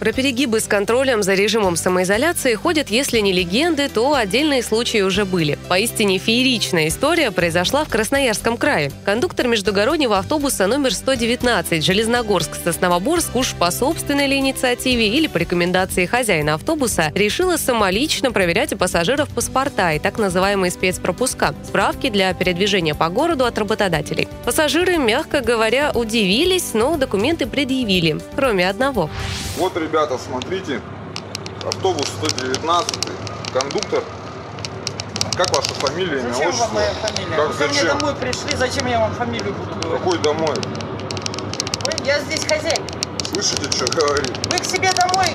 Про перегибы с контролем за режимом самоизоляции ходят, если не легенды, то отдельные случаи уже были. Поистине фееричная история произошла в Красноярском крае. Кондуктор междугороднего автобуса номер 119 Железногорск-Сосновоборск уж по собственной ли инициативе или по рекомендации хозяина автобуса решила самолично проверять у пассажиров паспорта и так называемые спецпропуска – справки для передвижения по городу от работодателей. Пассажиры, мягко говоря, удивились, но документы предъявили, кроме одного. Вот, ребята, смотрите, автобус 119, кондуктор. Как ваша фамилия, имя, Зачем отчество? вам моя фамилия? Как Вы ко мне зачем? домой пришли, зачем я вам фамилию буду говорить? Какой домой? Вы- я здесь хозяин. Слышите, что говорит? Вы к себе домой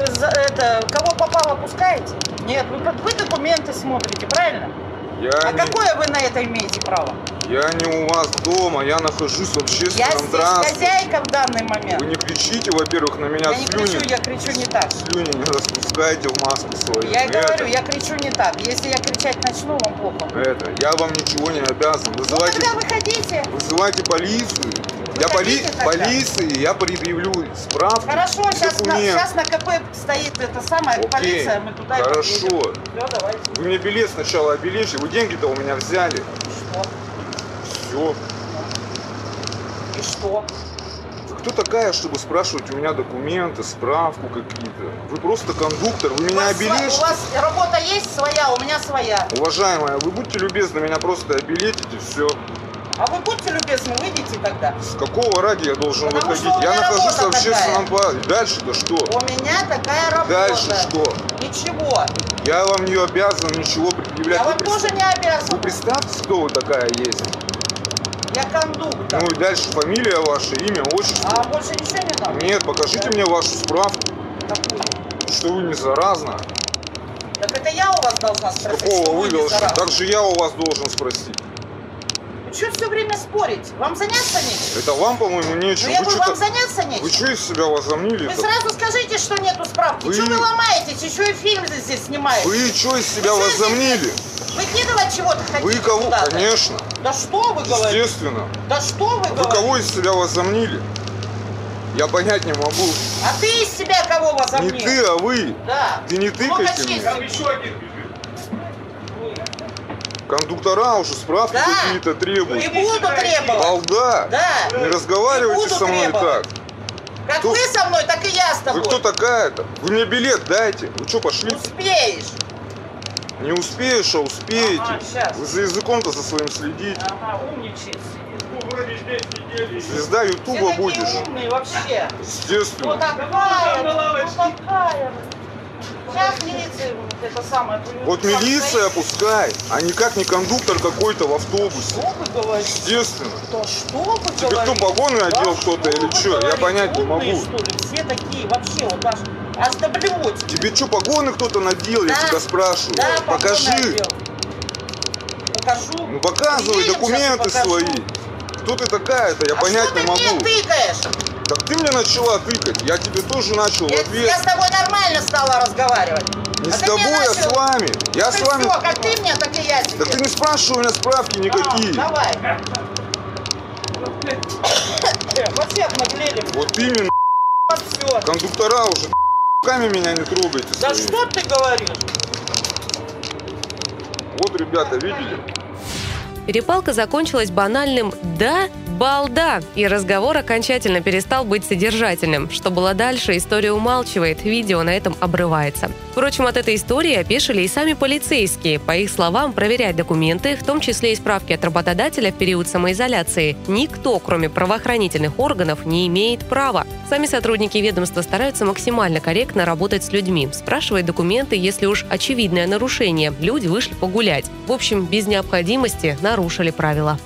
э, за- это, кого попало пускаете? Нет, вы, под- вы документы смотрите, правильно? Я, А не, какое вы на это имеете право? я не у вас дома, я нахожусь в Я общественном здесь транспорте. хозяйка в данный Вы момент. не кричите, во-первых, на меня Я не слюни. кричу, я кричу не так. Слюни не распускайте в маску свою. Я и Это- говорю, я кричу не так. Если я кричать начну, вам плохо. Это, я вам ничего не обязан. Ну Вызывайте, тогда выходите. вызывайте полицию. я поли... хотите тогда? полиции, я предъявлю справку. Хорошо, сейчас на, документ. сейчас на КП стоит эта самая Окей, полиция, мы туда и Хорошо. подъедем. Все, давайте. Вы мне билет сначала обележьте, вы деньги-то у меня взяли. Что? Все. И что? Вы кто такая, чтобы спрашивать у меня документы, справку какие-то? Вы просто кондуктор, вы меня вас сва- У обележьте. вас работа есть своя, у меня своя. Уважаемая, вы будьте любезны, меня просто обелетите, все. А вы будьте любезны, выйдите тогда. С какого ради я должен Потому выходить? что у Я меня нахожусь в работа общественном парке. Дальше-то что? У меня такая работа. Дальше что? Ничего. Я вам не обязан ничего предъявлять. Я Вы вам представ- тоже не Вы обязана. представьте, кто вы такая есть. Я кондуктор. Ну и дальше фамилия ваша, имя, отчество. А больше ничего не надо? Нет, покажите мне вашу справку, Какую? что вы не заразна. Так это я у вас должна спросить. Какого вы должны? Так же я у вас должен спросить. Что все время спорить? Вам заняться нечем? Это вам, по-моему, Ну нечего. я Вы говорю, что-то- вам заняться нечем? Вы что из себя Вы возомнили-то? сразу скажите, что нету справки. Вы- Что вы ломаетесь? Еще и фильм здесь снимаете. Вы что из себя сразу- возомнили? Выкидывать чего-то хотите Вы кого? куда-то? Конечно, Да что вы говорите? естественно. А Да что вы Вы говорите? кого из себя возомнили? Я понять не могу. А ты из себя кого Не возомнил? ты, а вы. Да. Ты не тыкайте Ну, мне. качись. Кондуктора уже справки Да. какие-то И требуют. буду требовать. Балда! Да. Не разговаривайте буду со мной требовать. так. Как кто- вы со мной, так и я с тобой. Вы кто такая-то? Вы мне билет дайте. Вы что, пошли? Успеешь. Не успеешь, а успеете. Ага, щас. Вы за языком-то за своим следите. Ага, умничай. Звезда Все Ютуба такие будешь. умные вообще. Вот Естественно. такая, вот такая. Сейчас милиция вот это самое. Вот милиция пускай, а никак не кондуктор какой-то в автобусе. Что вы говорите? Естественно. Да что вы Тебе кто говорите? погоны Да одел кто-то что или вы что? Я говорите? понять не Умные, могу. что ли? Все такие вообще вот аж, аж до блевотины. Тебе что, погоны кто-то надел, я Да. тебя спрашиваю? Да, погоны Э, Покажи. одел. Покажу. Ну показывай Приедем, документы сейчас я покажу. свои. Кто ты такая-то, я а понять что не ты могу. мне тыкаешь? Так ты мне начала тыкать, я тебе тоже начал в Я, ответ. я с тобой нормально стала разговаривать. Не а с ты мне тобой, а начал- с вами. Я с Ты вами. всё, как ты мне, так и я тебе. Так ты не спрашивай у меня справки никакие. А, давай. Вот всех наглели. Вот именно, Вот все. кондуктора уже руками меня не трогайте. Да своими. что ты говоришь? Вот, ребята, видели? Перепалка закончилась банальным «да, балда», и разговор окончательно перестал быть содержательным. Что было дальше, история умалчивает, видео на этом обрывается. Впрочем, от этой истории опешили и сами полицейские. По их словам, проверять документы, в том числе и справки от работодателя в период самоизоляции, никто, кроме правоохранительных органов, не имеет права. Сами сотрудники ведомства стараются максимально корректно работать с людьми, спрашивая документы, если уж очевидное нарушение. Люди вышли погулять. В общем, без необходимости нарушили правила.